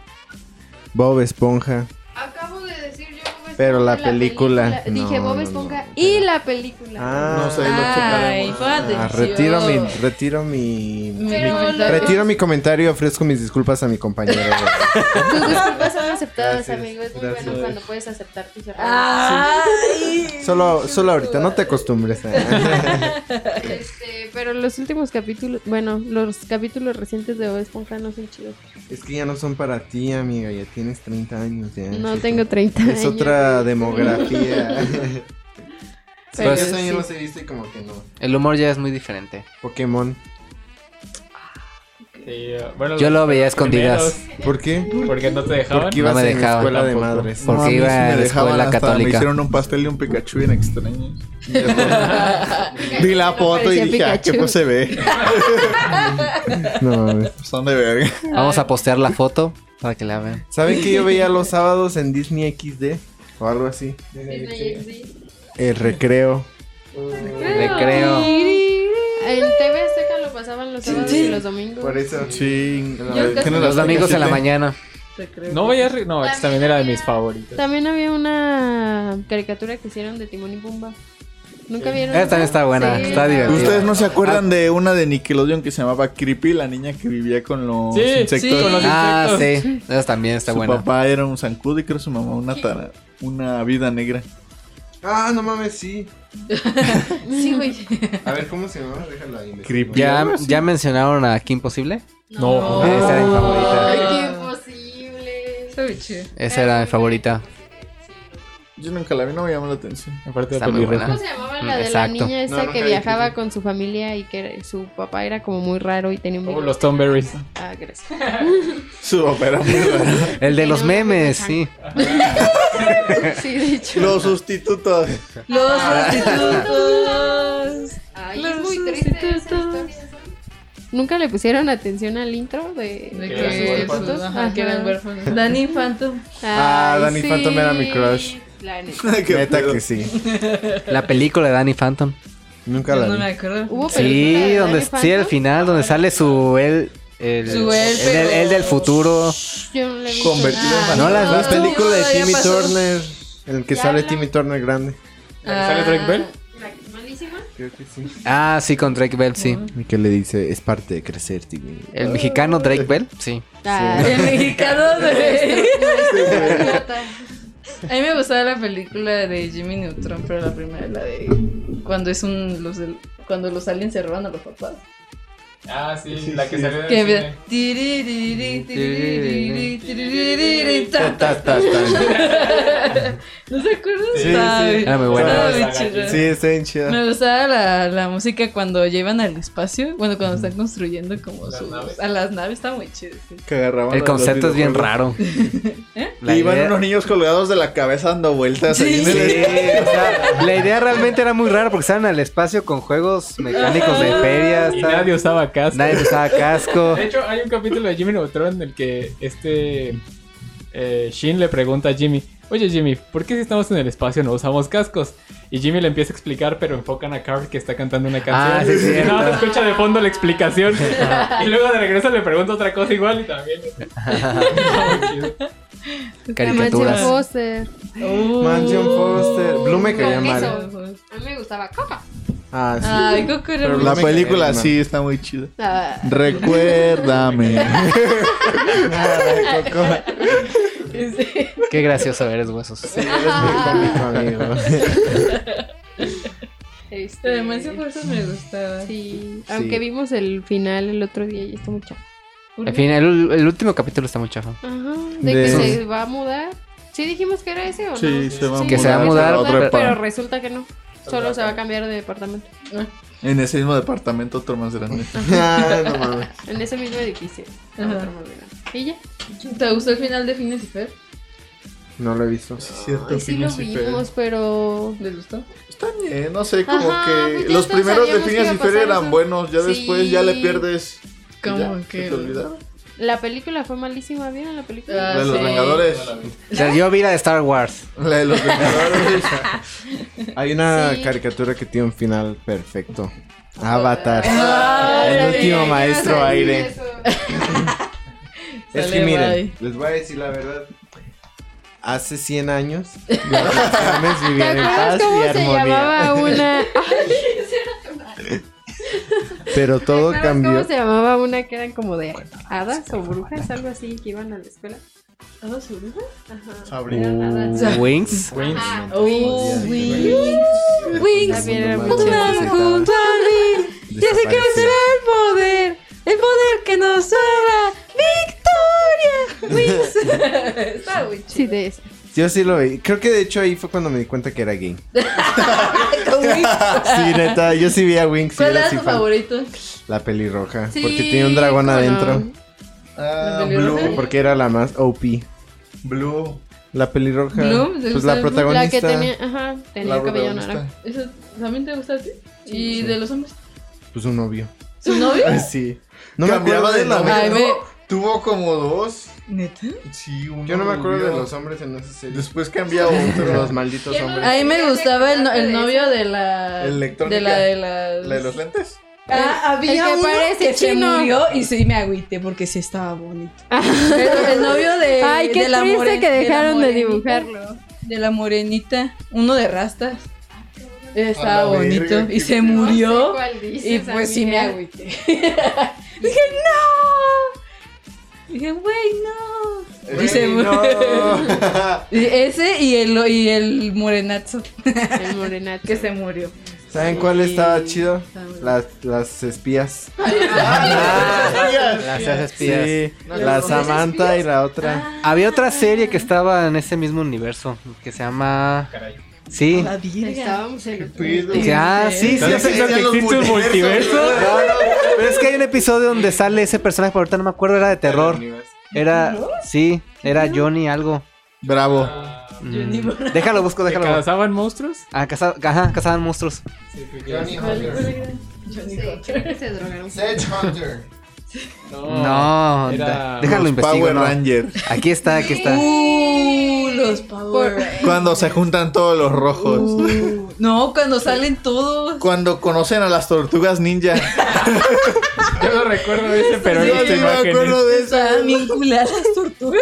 C: Bob Esponja.
B: Acabo de decir yo Bob Esponja.
C: Pero la película,
B: Dije
C: no,
B: Bob
C: no,
B: Esponja
C: no.
B: y la película.
C: Ah,
D: No sé, lo
E: Ay,
D: checaremos.
E: padre.
C: Ah, retiro mi, retiro mi,
B: Pero
E: Mi-
B: la-
C: retiro mi comentario. Ofrezco mis disculpas a mi compañero.
B: Tus disculpas son aceptadas,
C: Gracias,
B: amigo. Es muy
C: gracias.
B: bueno cuando puedes aceptar tus errores.
E: Ay.
C: solo, solo ahorita. No te acostumbres.
B: Este, pero los últimos capítulos, bueno, los capítulos recientes de Bob Esponja no son chidos.
C: es que ya no son para ti, amiga. Ya tienes 30 años. Ya,
B: No
C: Sí,
B: tengo 30 años.
C: Es otra demografía. Sí,
B: Pero
C: ese año
B: sí.
C: no se viste y como que no.
G: El humor ya es muy diferente.
C: Pokémon.
A: Sí, eh, bueno,
G: Yo
A: los
G: lo veía a escondidas.
A: primeros,
C: ¿Por qué?
A: Porque no te dejaban.
C: Porque ibas
G: me
C: en
G: dejaban
C: escuela de
A: tampoco.
C: madres.
G: Porque
D: a mí
G: iba
D: sí me
G: a la
D: dejaban
G: escuela
D: hasta-
G: católica.
D: Me hicieron un pastel de un Pikachu bien extraño. Vi la
B: No
D: foto y
B: parecía
D: dije, ah, ¿qué
B: Pikachu.
D: pues se ve?
C: No, mames.
D: Son de verga.
G: Vamos a postear la foto para que la vean.
C: ¿Saben que yo veía los sábados en Disney XD? O algo así. El recreo.
G: Recreo.
B: En TV Azteca lo pasaban los sábados y los domingos.
C: Por eso.
D: Sí.
B: Yo
D: tiene
G: Los
D: las
G: domingos en la
D: Pikachu.
G: mañana.
E: Recreo.
A: No veías. re- No, esta también era de mis favoritos.
B: También había una caricatura que hicieron de Timón y Pumba. Nunca vieron.
G: Esa también está buena, está divertida.
D: ¿Ustedes no se acuerdan de una de Nickelodeon que se llamaba Creepy, la niña que vivía con los
A: Sí,
D: insectos?
E: sí, con los
G: Ah, sí. Esa también está
D: su
G: buena.
D: papá era un zancudo y creo que su mamá una tara- una vida negra.
C: Ah, no mames, sí.
B: Sí, güey.
C: A ver, ¿cómo se llama? Déjalo ahí.
D: Creepy.
G: ¿Ya, ¿Ya mencionaron a Kim Posible?
A: No.
G: Esa era mi
B: Ay,
G: favorita.
B: qué imposible.
E: Está bien chido.
G: Esa era mi favorita.
D: Yo nunca la vi, no me llamó la atención.
A: Aparte de
G: Está muy
A: pelirroja.
B: ¿Cómo se llamaba la de
G: Exacto.
B: la niña esa
C: No, nunca
B: que
C: vi
B: viajaba
C: Creepy.
B: con su familia y que era- su papá era como muy raro y tenía un
A: Oh,
B: bigote?
A: los Tomberries.
B: Ah, gracias.
D: Su papá era muy raro.
G: El de los memes, sí.
B: Sí, de hecho.
D: Los sustitutos.
E: Los sustitutos.
B: Ay,
E: Los
B: es muy triste esa
E: sustitutos.
B: historia. Nunca le pusieron atención al intro de,
E: De
A: eran
E: que,
A: huérfanos.
E: sus- ajá, que eran
B: Ajá.
E: huérfanos. Danny Phantom.
C: Ah, Danny Phantom era mi crush.
B: la neta.
D: Qué
C: Neta
D: pedo.
C: que sí.
G: La película de Danny Phantom.
C: Nunca
E: No me
C: la vi.
E: acuerdo.
B: Hubo película
G: Sí,
B: de
G: donde
B: Danny
G: sí, al
B: Phantom?
G: final, donde sale su él. El,
E: Su él,
G: el- el- el del futuro.
B: Yo no la he visto.
D: Convertido en
G: ¿No la
C: La
G: has visto?
C: película de
E: ya
C: Timmy
E: pasó.
C: Turner. En el que
B: Ya
C: sale
B: la-
C: Timmy Turner grande.
E: Ah.
A: ¿Sale Drake Bell?
B: La que es malísima.
C: Creo que sí.
G: Ah, sí, con Drake Bell, sí.
C: Y que le dice, es parte de crecer, Timmy.
G: El mexicano Drake Bell, sí.
B: Ah,
E: El mexicano de...
B: idiota.
E: A mí me gustaba la película de Jimmy Neutron, pero la primera, la de cuando es un los del- cuando los aliens se roban a los papás.
A: Ah, sí, la que
D: sí.
A: salió en
E: Que
A: el
E: empieza,
A: cine.
E: "Tiririri, tiririri, tiririri, ta,
C: Ta,
E: ta".
C: ta, ta.
E: ¿No se acuerdan?
A: Sí,
E: Estaba
C: sí.
E: bien-
G: Era muy buena.
E: estaba
A: Estaba
E: bien
A: bien
E: chida.
C: Sí, está bien chida.
E: Me gustaba la, la música cuando llevan al espacio, bueno, cuando están construyendo como
A: Las
E: sus-
A: naves.
E: a las naves, está muy chido. sí.
D: Que agarraban
G: El
D: los
G: concepto es bien
D: videojuegos.
G: raro.
A: ¿Eh?
D: Y
G: La
D: iban
G: idea-
D: unos niños colgados de la cabeza dando vueltas. ahí en
G: Sí,
D: el-
G: o sea, la idea realmente era muy rara porque estaban al espacio con juegos mecánicos de feria.
A: Y
G: estaba-
A: nadie usaba casco.
G: nadie usaba casco.
A: De hecho, hay un capítulo de Jimmy Neutron en el que este eh, Shin le pregunta a Jimmy, oye Jimmy, ¿por qué si estamos en el espacio no usamos cascos? Y Jimmy le empieza a explicar, pero enfocan a Carl que está cantando una canción.
G: Ah, sí, sí,
A: y nada más
G: cierto.
A: escucha de fondo la explicación. y luego de regreso le pregunta otra cosa igual y también. Está muy chido.
G: Caricaturas.
B: Mansión Foster.
E: Uh.
C: Mansion Foster. Blue me caía
B: Con
C: Este, mal.
B: queso. A mí me gustaba Coca.
C: Ah, sí.
E: Ay, Coco era
C: Pero
E: muy
D: La
C: No me
D: película
C: quedé, no.
D: sí está muy chida.
B: Ah,
D: Recuérdame.
C: Nada de Coco.
G: Qué gracioso eres, huesos.
C: amigo.
B: este,
E: Además, esa fuerza me gustaba.
B: sí. Aunque vimos el final el otro día y está muy chafa.
G: En fin, el, el último capítulo está muy chafa.
B: Ajá. De,
C: De-
B: que se va a mudar. Sí dijimos que era ese o no.
D: Sí, se va a
G: Que se va a
D: mudar a
G: mudar,
D: otra
B: pero,
D: parte.
B: resulta que no. Solo se va a cambiar de departamento.
D: En ese mismo departamento, otro más grande.
C: Ah, no mames.
B: En ese mismo edificio.
E: Ajá.
B: Otro modelo. ¿Y ya?
E: ¿Te gustó el final de Phineas y Ferb?
C: No lo he visto.
D: Cierto,
B: Ay, sí lo vimos, pero...
E: ¿Les gustó?
D: Está bien, no sé, como
B: Ajá,
D: que
B: pues ya
D: los
B: todos
D: primeros de
B: sabíamos que
D: Phineas
B: iba
D: y
B: a
D: Ferb
B: pasar
D: eran
B: eso.
D: buenos, ya
B: Sí.
D: después ya le pierdes.
E: Como
D: Ya,
E: que-
D: se te olvidaron.
B: La película fue malísima, ¿vieron la película?
E: Ah,
D: La de los
E: sí.
D: Vengadores.
G: O sea, yo vi la de Star Wars.
D: La de los Vengadores.
C: Hay una
B: Sí.
C: caricatura que tiene un final perfecto. Avatar.
E: Ah,
C: el
E: ya vi,
C: último
E: ya
C: maestro
E: sabía
C: aire.
E: eso.
C: Es que
E: Sale,
C: miren,
E: bye.
C: les voy a decir la verdad. Hace 100 años, las naciones
B: ¿Te
C: vivían en
B: acuerdas
C: paz
B: cómo
C: y
B: se
C: armonía.
B: llamaba una?
C: Pero todo
B: ¿Te acuerdas
C: cambió.
B: ¿Cómo se llamaba una que eran como de hadas o brujas, algo así, que iban a la escuela?
E: ¿Hadas o brujas?
D: Sabrina.
B: Eran hadas.
G: Wings.
A: Wings.
B: Ajá.
E: Oh, güey.
C: Uh,
B: Wings.
C: También era muy
B: Toman
C: chiquita.
B: junto a mí. Ya se
C: Desapareció.
B: crecerá el poder. El poder que nos hará victoria. Wings.
E: Está muy chido.
B: Sí, de eso.
C: Yo sí lo vi. Creo que de hecho ahí fue cuando me di cuenta que era gay.
E: ¿Cuál
C: Sí, neta, yo sí vi a Wings. Sí, era
E: era
C: así
E: tu
C: fan.
E: favorito?
C: La pelirroja.
B: Sí,
C: porque tiene un dragón
B: cómo no.
C: adentro.
D: Ah,
E: La pelirroja.
D: Blue.
C: Porque era la más OP.
D: Blue.
C: La pelirroja.
E: Bloom, ¿te
C: pues
E: gusta
C: la
E: el-
C: protagonista.
B: La que tenía, ajá, tenía
D: La
B: el cabello
D: protagonista.
B: naranja.
E: ¿Eso también te gusta a ti? ¿Y
C: Sí.
E: de los hombres?
C: Pues un novio.
E: ¿Su novio?
C: Sí. No
D: Ah, Cambiaba
C: me acuerdo
D: de
C: de la
D: novio.
E: Ay,
D: ¿no?
E: ve.
D: Tuvo como dos.
E: ¿Neta?
D: Sí, uno.
C: Yo no me acuerdo
D: rubio.
C: de los hombres en esa serie.
D: Después cambia
C: Los
D: otro.
C: malditos
B: ¿Quién no-
C: hombres.
E: A mí me gustaba el, no- el novio de la.
D: Electrónica.
E: De la de las-
D: ¿La de los lentes?
E: Ah, había
B: El que
E: uno
B: parece
E: que se
B: chino. Ah.
E: murió y sí me agüité porque sí estaba bonito. Pero el novio de.
B: Ay, qué
E: de la
B: triste
E: moren-
B: que
E: la
B: dejaron de
E: morenita,
B: dibujarlo.
E: De la morenita, uno de rastas.
D: A la
E: Estaba bonito
D: verga,
E: y
D: qué
E: se
D: feo.
E: murió.
B: ¿Cuál dices,
E: Y pues sí me
B: amiga?
E: agüité. Dije, no. Dije, güey, no. Y se murió. Y Ese y el, y el morenazo
B: El morenato.
E: que se murió.
C: ¿Saben cuál estaba chido?
E: Estaba-
C: Las, las espías.
G: Las espías.
C: Sí,
G: No,
C: la
G: no.
C: Samantha y la otra.
G: Había otra serie que estaba en ese mismo universo que se llama. Sí.
E: La virgen.
B: Estábamos en
D: ¿Qué pedo?
G: Que- ah, sí, sí.
D: ¿Sabes
G: sí.
D: que existían los
A: existe un multiverso?
D: multiversos?
G: No, no, Pero es que hay un episodio donde sale ese personaje, pero ahorita no me acuerdo, era de terror. Era. Sí, era Johnny algo.
D: Bravo.
G: Mm,
E: Johnny Bravo.
G: Déjalo, busco,
A: ¿Que
G: déjalo.
A: cazaban monstruos?
G: Ah, caza- ajá, cazaban monstruos.
B: creo que se drogaron.
D: Hunter.
G: Oh, No,
A: era-
G: da- déjalo investigo.
D: Power
G: no.
D: Rangers.
G: Aquí está, aquí está.
E: Uh, los Power Rangers.
D: Cuando se juntan todos los rojos.
E: Uh, no, cuando salen todos.
D: Cuando conocen a las tortugas ninja.
A: Yo no recuerdo ese, pero
D: Yo
A: no ¿eh?
D: sí me acuerdo de eso.
E: Estaban bien culeras las tortugas.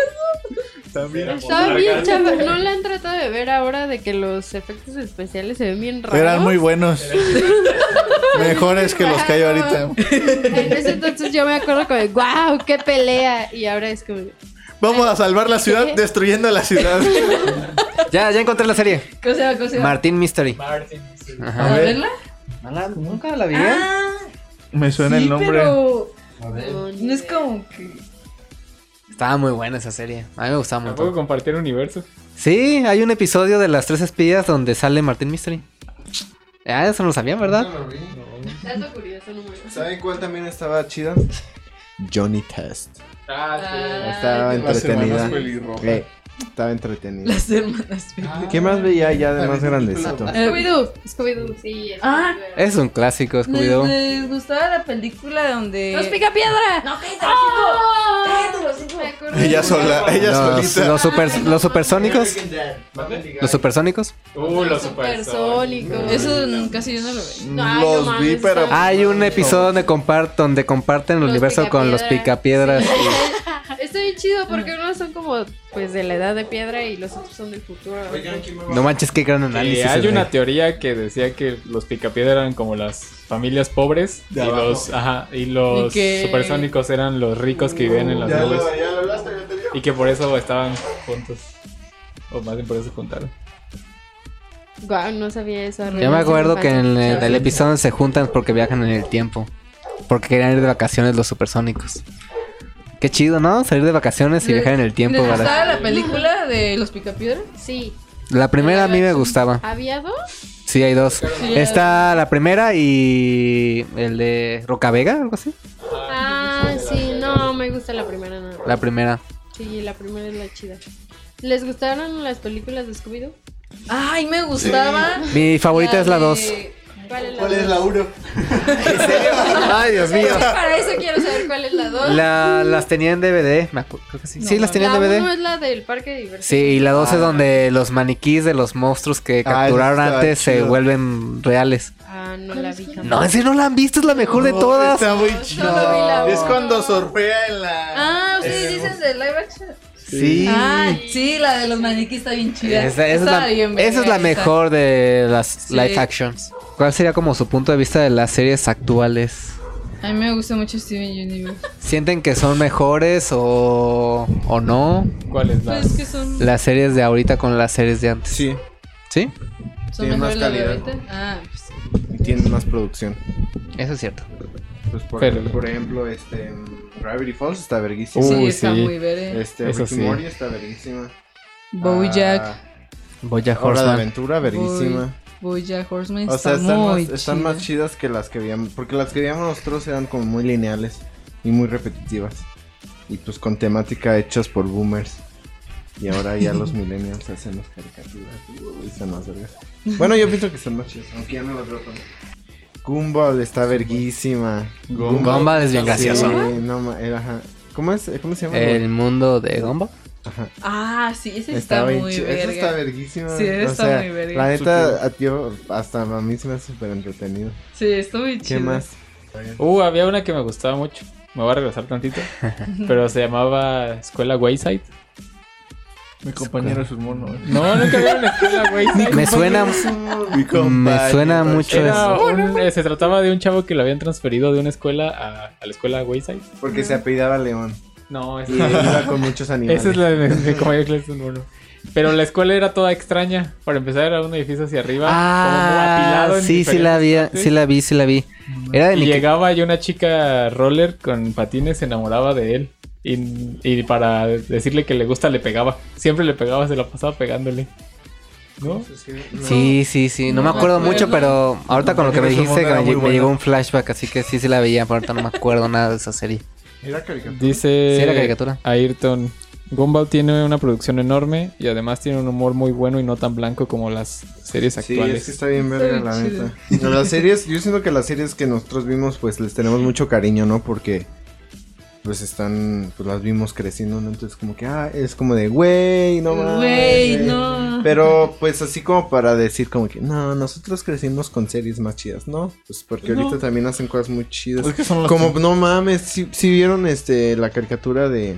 D: También.
B: Estaba bien chava. ¿No la han tratado de ver ahora de que los efectos especiales se ven bien raros?
D: Eran muy buenos. Mejores que los que hay ahorita.
B: En ese entonces yo me acuerdo como de, wow, qué pelea. Y ahora es como,
D: Vamos a salvar la ciudad
B: ¿Qué?
D: destruyendo la ciudad.
G: Ya, ya encontré la serie.
E: ¿Cómo se llama? ¿Cómo se llama?
G: Martín Mystery.
E: ¿A
G: Ajá.
E: verla?
G: No la- Nunca la vi.
E: Ah,
D: Me suena
E: sí,
D: el nombre.
E: Pero
B: no, "Oh, ni
E: no es
B: idea.
E: como que.
G: Estaba muy buena esa serie. A mí me gustaba
A: Tampoco
G: mucho.
A: compartieron universos.
G: Sí, hay un episodio de Las Tres Espías donde sale Martín Mystery. Ah, eso no lo sabían, ¿verdad?
B: Dato curioso número.
C: ¿Saben cuál también estaba chida? Johnny Test.
E: Ah,
C: Estaba
D: Las hermanas
C: entretenida.
D: pelirrojas.
C: Eh, estaba entretenida.
E: Las hermanas Pérez.
C: ¿Qué más veía ya de
D: También
C: más grandecito?
E: película.
B: Scooby-Doo. Scooby-Doo, sí.
E: Ah.
G: Es un clásico,
E: ¿Les,
G: Scooby-Doo.
E: les gustaba la película donde.
B: ¡Los pica piedra! ¡Oh!
E: ¡No, cállate,
B: Me acuerdo.
D: Ella sola, ella
G: Los,
D: solita.
G: los super- los supersónicos. Los supersónicos.
A: Uh, los
B: Supersónico.
E: Eso mm, casi yo no lo veo.
B: Ay, no
D: los
B: mames,
D: vi, pero.
B: estaba-
G: Hay un episodio donde, compar- donde comparten el
B: Los
G: universo con los
B: picapiedras.
G: picapiedras.
B: Está bien chido porque unos son como pues de la edad de piedra y los otros son del futuro.
G: No manches, qué gran análisis.
A: Eh, hay
G: ese.
A: una teoría que decía que los picapiedra eran como las familias pobres y
D: De abajo.
A: los, ajá, y los
E: Y que-
A: supersónicos eran los ricos que vivían en las nubes
D: hablaste, ya te
A: y que por eso estaban juntos. O más bien por eso se juntaron.
B: Guau, no sabía eso.
G: Yo me acuerdo que en el del episodio donde se juntan porque viajan en el tiempo. Porque querían ir de vacaciones los supersónicos. Qué chido, ¿no? Salir de vacaciones y
E: Les-
G: viajar en el tiempo.
E: ¿Les
G: para-
E: gustaba la película de los picapiedras?
B: Sí.
G: La primera a mí me gustaba.
B: ¿Había dos?
G: Sí, hay dos.
E: Sí,
G: Está la primera y el de Rocavega, algo así.
B: Ah, sí, no, me gusta la primera. No.
G: La primera.
B: Sí, la primera es la chida. ¿Les gustaron las películas de Scooby-Doo?
E: Ay, me gustaba.
G: Mi favorita es la
E: de-
G: 2.
B: ¿Cuál es la
D: ¿Cuál es la
B: dos?
D: 1?
G: Ay, Dios mío.
B: Es que Para eso quiero saber cuál es la 2.
G: La- las tenía en DVD, me acuerdo. Creo que sí. sí, las tenía
B: La
G: en DVD.
B: 1 es la del parque de diversión.
G: Sí, y la 2 es donde los maniquíes de los monstruos que capturaron
C: está
G: antes se
C: chido.
G: vuelven reales.
B: Ah, no la vi jamás.
G: No, en serio no la han visto, es la mejor de todas.
D: Está muy
B: Solo vi la
D: chido. Es
B: uno.
D: cuando sorprea en la.
E: Ah, ustedes dicen de live action.
G: Sí.
E: Ah, sí, la de los maniquís está bien chida.
G: Esa, esa es
E: Está
G: la,
E: bien
G: esa es
E: verga,
G: la mejor de las
E: Sí.
G: live actions. ¿Cuál sería como su punto de vista de las series actuales?
E: esa. A mí me gusta mucho Steven Universe.
G: ¿Sienten que son mejores o, o no?
A: ¿Cuál es la?
E: Pues que son,
G: Las series de ahorita con las series de antes.
C: Sí,
G: ¿Sí?
E: son
C: tiene más
E: mejores las de
C: calidad.
E: ahorita. Ah, pues.
C: y tienen más producción.
G: Eso es cierto.
C: Pues por,
A: Pero-
C: por ejemplo, este mm, Gravity Falls está verguísima.
A: Uy,
E: sí, está
A: sí.
E: muy verga.
C: este
A: eso
C: Rick y
A: sí.
C: Morty está verguísima.
E: Bojack,
C: Ah,
G: Boya
C: Hora de
G: Horseman.
C: aventura verguísima.
E: Bojack Horseman
C: O sea,
E: está
C: están,
E: muy
C: más, están
E: chida.
C: más chidas que las que veíamos. Porque las que veíamos nosotros eran como muy lineales y muy repetitivas. Y pues con temática hechas por boomers. Y ahora ya los millennials hacen las caricaturas. Uy, están más vergas. Bueno, yo pienso que están más chidas, aunque ya no las veo tanto. Gumball está verguísima.
G: Gumball es bien gracioso.
C: Sí, no ma- eh, ajá. ¿Cómo, es, ¿Cómo se llama?
G: El mundo de Gumbo.
C: Ajá.
E: Ah, sí,
C: Está,
E: ese está,
C: bien
E: muy
C: chido. Eso
E: verga.
C: está verguísima.
E: Sí,
C: o
E: está
C: sea,
E: muy verga.
C: La neta, a tío, hasta a mí se me hace súper entretenido.
E: Sí, está muy
C: ¿Qué
E: chido.
C: más?
A: Uh, había una que me gustaba mucho. Me voy a regresar tantito. Pero se llamaba Escuela Wayside.
D: Mi compañero es un mono.
A: No, nunca vieron Escuela Wayside.
G: Me suena,
D: Mi
G: me suena mucho
A: Era
G: eso.
A: un- eh, se trataba de un chavo que lo habían transferido de una escuela a, a la escuela Wayside.
C: Porque se apellidaba León.
A: No, esa,
C: Y iba con muchos animales.
A: esa es la de, de como yo creo que es un mono. Pero la escuela era toda extraña. Para empezar, era un edificio hacia arriba. como
G: Ah,
A: apilado en
G: sí, sí la vi,
A: diferentes partes.
G: sí la vi, sí la vi. Era de
A: Y
G: Nickel-
A: llegaba y una chica roller con patines se enamoraba de él. Y, y para decirle que le gusta, le pegaba. Siempre le pegaba, se la pasaba pegándole. ¿No?
G: Sí, sí, sí.
E: No
G: No, me
E: me
G: acuerdo mucho,
E: acuerdo.
G: pero ahorita con lo que me
C: Pero su
G: dijiste
C: moda
G: que
C: era
G: me,
C: muy
G: me
C: buena.
G: llegó un flashback, así que sí, sí la veía, pero ahorita no me acuerdo nada de esa serie.
C: Era caricatura.
A: Dice
G: Sí, era caricatura.
A: Ayrton. Gumball tiene una producción enorme y además tiene un humor muy bueno y no tan blanco como las series
C: Sí,
A: actuales.
C: es que está bien verga,
E: Está
C: la
E: bien chido.
C: neta. Las series, yo siento que las series que nosotros vimos, pues les tenemos mucho cariño, ¿no? Porque pues están, pues las vimos creciendo, ¿no? Entonces como que, ah, es como de, güey, no mames.
E: Güey, no.
C: Pero pues así como para decir como que, no, nosotros crecimos con series más chidas, ¿no? Pues porque ahorita también hacen cosas muy chidas.
D: Es que son las
C: Como, no mames, si vieron este, la caricatura de...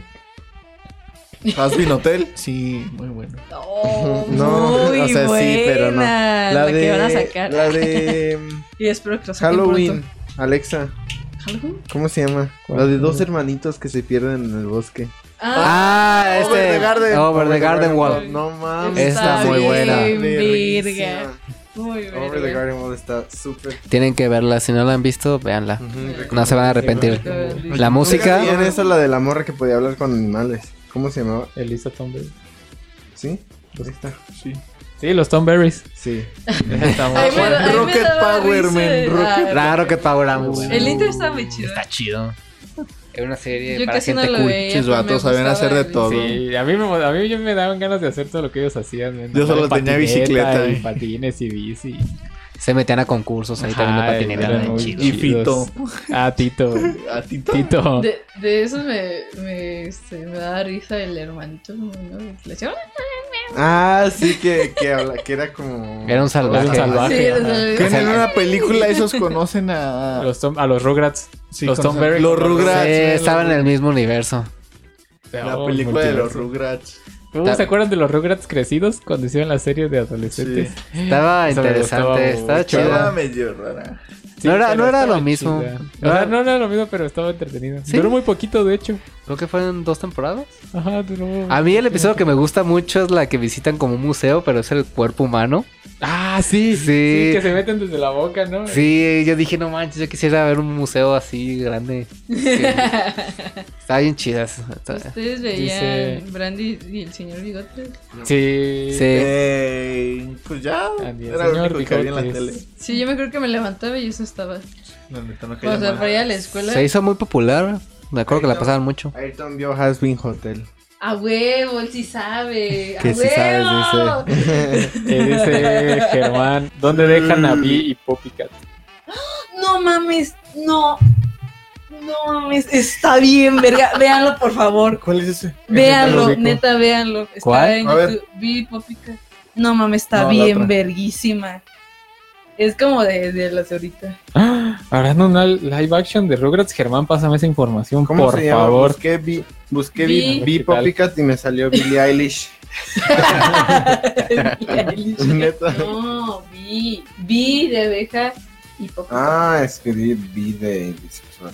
D: Hasbin Hotel. Sí, muy bueno.
E: Oh,
C: No,
E: muy
C: o sea, sí, pero no.
E: buena, Ah, La, que van a sacar.
C: La de mm,
E: Y espero que lo saquen
C: Halloween.
E: pronto.
C: Alexa,
E: ¿Halloween?
C: ¿cómo se llama? La de dos hermanitos que se pierden en el bosque.
E: Ah,
G: Ah, este. Over the Garden, Wall.
C: No mames.
G: Está muy
E: bien
G: buena.
E: Virga. Muy
C: Over the
E: verga.
C: Garden Wall está súper.
G: Tienen que verla, si no la han visto, véanla. No se van a arrepentir. La música.
C: Y en esa la de la morra que podía hablar con animales. ¿Cómo se llamaba?
A: Elisa Tomberry.
C: ¿Sí? Ahí está.
D: Sí.
A: Sí, los Tomberries.
C: Sí.
A: Está muy
E: Ahí me
A: bueno.
E: da- ahí me
D: Rocket
E: daba
D: Power,
E: risa.
D: man,
E: Ah,
G: La Rocket Power era muy buena.
E: El intro está muy chido.
G: Está chido. Era una serie
E: Yo
G: para
E: casi no
G: gente
E: lo
G: cool.
E: veía.
D: Chis
E: pero me
D: vatos, saben hacer de
E: gustaba
D: todo.
A: Sí, a mí, me, a mí yo me daban ganas de hacer todo lo que ellos hacían. ¿no?
D: Yo
A: Andar
D: solo
A: en
D: tenía
A: patineta
D: bicicleta,
A: Y
D: eh.
A: patines y bici.
G: Se metían a concursos ahí
A: Ajá,
G: también de
A: eran
G: patineta.
A: muy
G: chido.
D: Y Fito.
A: chidos. Ah, Tito.
D: ¿A ti
A: Tito.
E: De, de eso me, me, este, me da risa el hermanito, ¿no? Le decía, "Hola".
C: Ah, sí, que, que, habla- que era como.
G: Era un salvaje.
A: Era un salvaje.
E: Sí,
A: Ah, ajá.
E: o sea,
D: Que en una película esos conocen a.
A: Los Tom- a los Rugrats.
D: Sí,
A: los
D: conocen-
A: Tomberries.
D: Los
G: Sí,
D: Rugrats.
G: estaba en el mismo universo.
D: La película de los Rugrats.
A: Uh, ¿Se acuerdan de los Rugrats crecidos cuando hicieron la serie de adolescentes?
G: Estaba
A: Esa me gustaba
G: interesante, estaba
A: mucho.
D: Estaba
G: chido.
D: medio rara.
A: Sí,
G: No era-
A: pero
G: no era
A: estaba
G: lo mismo.
A: chida.
G: No
A: O sea,
G: era-
A: no era lo mismo, pero estaba entretenido.
G: Sí.
A: Duró muy poquito, de hecho.
G: Creo que fueron dos temporadas.
A: Ajá, duró.
G: A mí el episodio que me gusta mucho es la que visitan como un museo, pero es el cuerpo humano.
A: Ah, sí,
G: Sí.
A: sí. que se meten desde la boca, ¿no?
G: Sí, yo dije, no manches, yo quisiera ver un museo así grande. Que- Está bien chida. esa- está-
E: Ustedes veían
A: Dice-
E: Brandy y el señor Bigote.
A: Sí.
G: Sí.
D: Eh, pues ya.
A: También,
D: Era lo
A: señor
D: único que había en la
A: Bigotes.
D: tele.
E: Sí, yo me creo que me levantaba y eso estaba.
D: No, neta, no
E: Cuando
D: caía
E: se
D: mal.
E: para ir a la escuela.
G: Se hizo muy popular. Me acuerdo que la pasaban mucho.
C: Ayrton vio Hasbin Hotel.
E: A huevo, él sí sabe.
C: Que
E: a
C: sí
E: huevo.
C: sabes, dice.
A: Eh, dice Germán, ¿dónde dejan a Vi y Poppycat?
E: no mames, no. No mames, está bien, verga. Véanlo, por favor.
C: ¿Cuál es ese?
E: Véanlo,
A: rico.
E: neta, véanlo. Está
G: ¿Cuál?
E: en
D: A ver.
E: YouTube. Vi Popica. No mames,
D: No,
E: está
D: la otra.
E: bien, verguísima. Es como de, de las de ahorita.
A: ¡Ah! Harán una live action de Rugrats. Germán, pásame esa información,
C: ¿Cómo
A: por
C: se llama?
A: favor.
C: Busqué, vi, busqué
A: A
C: vi,
E: Vi.
A: ver
C: vi
A: qué tal.
C: Poppycat y me salió Billie Eilish. Neta.
E: no, vi. Vi de abeja y Popica.
C: Ah, es que vi, vi de bisexual.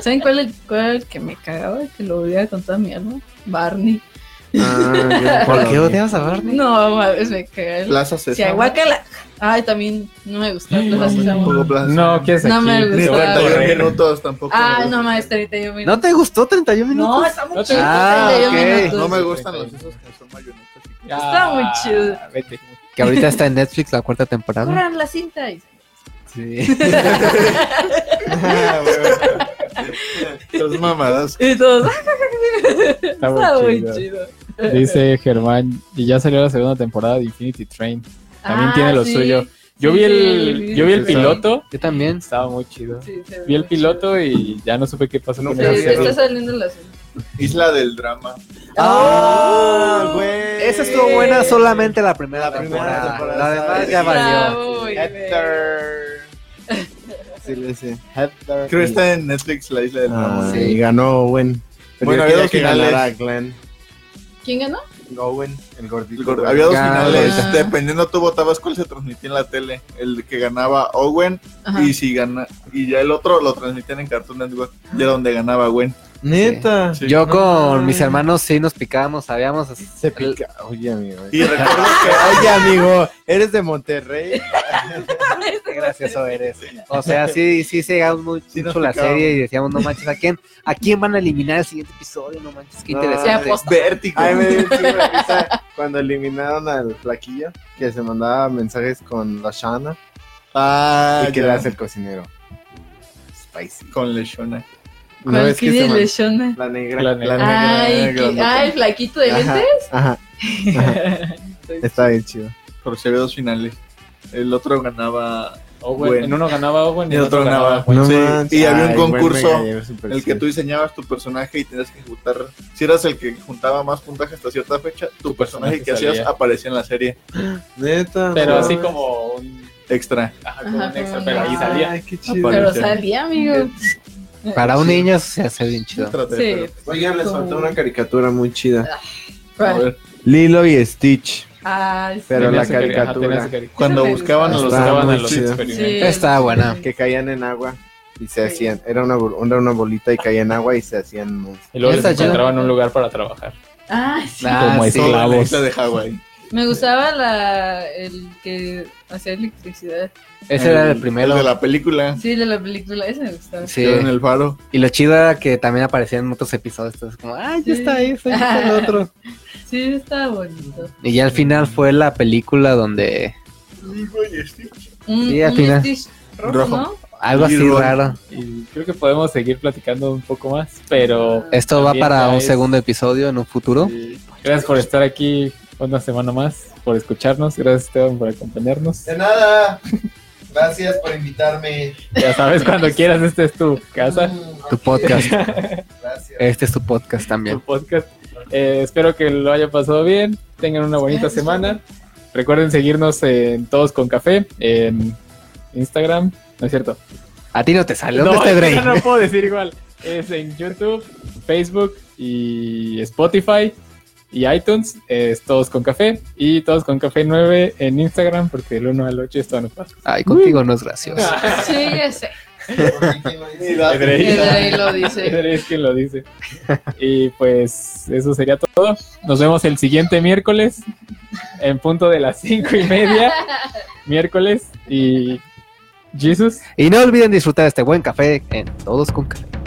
E: ¿Saben cuál es cuál que me cagaba? Que lo odiaba con toda mi alma. Barney.
C: Ah, yo-
G: ¿Por qué odiabas a Barney?
E: No mames, me cagaba. el-
D: Plaza Sésamo.
E: Si aguacala. Ay, también no me gusta. Plaza
D: No,
E: Sésamo.
D: tampoco Plaza
A: No,
D: Sésamo.
A: ¿qué es
E: No
A: aquí?
E: me
A: Te
D: Ni
E: gusta.
A: voy a
D: 31
A: correr.
D: minutos tampoco.
E: Ah,
D: me
E: no
D: gusta.
E: mames, 31 minutos.
G: ¿No te gustó 31 minutos?
E: No, está muy
A: No te
E: chido.
G: gusta.
E: está
G: Ah,
E: muy
G: ok.
E: chido.
D: No me gustan los esos que son mayonetas.
E: Está muy chido.
A: Ah, Vete.
G: Que ahorita está en Netflix la cuarta temporada.
E: Corran la cinta. y-
G: Sí.
C: Ah, bueno.
D: Los mamadas.
E: Y todos. ah,
A: Está muy
E: Está muy
A: chido.
E: chido.
A: Dice Germán, y ya salió la segunda temporada de Infinity Train. También
E: Ah,
A: tiene lo
E: sí.
A: suyo. Yo
E: Sí,
A: vi
E: sí,
A: el,
E: sí,
A: yo vi el
E: sí, sí.
A: piloto.
G: Yo también.
A: Estaba muy chido.
E: Sí, se ve
A: Vi el
E: muy
A: piloto y ya no supe qué pasó
C: No,
A: con
E: chido.
A: esa
E: Sí, te
A: serie.
E: está saliendo la cinta.
D: Isla del drama.
E: Oh,
C: Ah, güey.
G: Esa estuvo buena solamente la primera
C: La primera
G: temporada.
C: temporada.
G: La demás ya valió.
E: Bravo, güey.
C: Hector. Sí, le sé. Hector.
D: Creo que está en Netflix la Isla del
C: Ah,
D: drama.
G: Sí.
C: y ganó Owen. Pero yo
D: Bueno, había
C: quería
D: dos
C: que
D: finales.
C: ganara Glenn.
E: ¿Quién ganó?
C: Owen, el gordito.
D: El gordo- Había dos
G: Ya,
D: finales. este,
E: ahorita.
D: Dependiendo tú votabas cuál se transmitía en la tele. El que ganaba Owen
E: Ajá.
D: y si gana y ya el otro lo transmitían en Cartoon Network. Ya donde ganaba Owen.
C: Neta.
D: Sí.
G: Yo con mis hermanos sí nos picábamos, sabíamos. así-
C: Se pica. Oye, amigo.
D: Y recuerdo que
C: Oye, amigo, eres de Monterrey.
G: Qué gracioso eres. O sea, sí, sí se llegamos muy
D: Sí nos
G: mucho la
D: picábamos.
G: serie y decíamos, no manches, ¿a quién, ¿a quién van a eliminar el siguiente episodio? No manches, qué
C: No,
G: interesante.
C: se apostó.
D: vértigo.
C: Ay, me dio un chingo de risa cuando eliminaron al flaquillo que se mandaba mensajes con la Shana
D: Ah,
C: y que
D: ya.
C: le hace el cocinero. Spicy.
D: con Leshona.
C: No es que se
E: ¿Quién
C: mand-
E: es Leshona?
C: la negra.
A: La negra.
D: negra,
E: Ay,
D: negra,
E: que-
D: grandota.
E: ah, el flaquito de
C: Ajá,
E: lentes.
C: ajá, está bien chido.
D: Pero se había dos finales. El otro ganaba.
A: Owen,
D: Bueno.
A: En uno ganaba Owen y en
D: El
A: otro
D: otro
A: ganaba
D: ganaba.
A: Owen.
D: sí,
C: manches.
D: y había un
C: buen
D: concurso,
C: mega gallo, súper
D: El que
C: chido.
D: tú diseñabas tu personaje y tenías que juntar. Si eras el que juntaba más puntaje hasta cierta fecha, tu personaje
A: personaje
D: que hacías
A: salía.
D: aparecía en la serie
C: Neta.
A: Pero
C: no.
A: así como un,
D: extra.
A: ajá, como
E: Ajá,
A: un extra,
E: como
A: pero ahí
E: un-
A: salía.
C: Ay, qué chido.
D: Aparece.
E: Pero salía, amigo.
G: Para un niño eso se hace bien chido.
D: Traté,
E: Sí.
C: Oigan, les faltó
E: Como- Ah.
C: una caricatura muy chida.
D: pero, a
E: ¿Cuál?
D: ver,
C: Lilo y Stitch.
E: Ah, sí.
C: Pero
A: Tenía
C: la
A: su cari- ajá,
C: caricatura.
A: tenía su cari-
D: cuando
E: me
D: buscaban a
A: Cuando
D: los
A: los
C: Estaba
A: daban a
C: muy
A: los
C: chido.
A: experimentos.
G: Está buena.
E: sí.
C: que caían en agua y se
E: Sí.
C: hacían. Era una, bol- era una bolita y caía en agua y se hacían. monstruos.
A: Y luego les
G: Está chido.
A: encontraban un lugar para trabajar.
E: Ah, sí.
A: Como
G: sí.
D: toda la
A: Esclavos.
D: isla de Hawái.
E: Me gustaba la el que hacía electricidad.
G: Ese era el
D: El
G: primero.
D: de la película.
E: Sí, de la película, esa me gustaba.
G: Sí.
D: Yo en el faro.
G: Y lo chido era que también aparecían en otros episodios. Entonces, como, ah, ya
E: Sí.
G: está ese, ya está el otro.
E: Sí, estaba bonito.
G: Y ya al final fue la película donde
E: Un,
G: Sí, al
E: un
G: final.
E: Stitch rojo,
D: Rojo.
E: ¿no?
G: algo así
D: Leroy.
G: raro.
A: Y creo que podemos seguir platicando un poco más, pero
G: Esto va
A: También
G: para
A: ya
G: un
A: es-
G: segundo episodio en un futuro.
A: sí, gracias por estar aquí una semana más, por escucharnos. Gracias, Esteban, por acompañarnos.
C: De nada. Gracias por invitarme.
A: Ya sabes, cuando quieras, este es tu casa,
E: Mm.
G: Tu podcast.
C: Gracias.
G: Este es tu podcast
A: tu
G: también.
A: podcast. Eh, espero que lo haya pasado bien. Tengan una bonita semana. Recuerden seguirnos en Todos con Café, en Instagram. No es cierto.
G: A ti no te sale. ¿Dónde
A: No,
G: está
A: es que
G: Drake?
A: no puedo decir igual. Es en YouTube, Facebook y Spotify y iTunes. Es Todos con Café y Todos con Café 9 en Instagram porque el 1 al 8 está en
G: Ay, contigo no es gracioso.
E: Sí, ya sé.
A: Drake.
E: El ahí lo dice.
A: Es quien lo dice. Y pues eso sería todo. Nos vemos el siguiente miércoles en punto de las 5 y media. Miércoles y Jesus.
G: Y no olviden disfrutar este buen café en Todos con Café.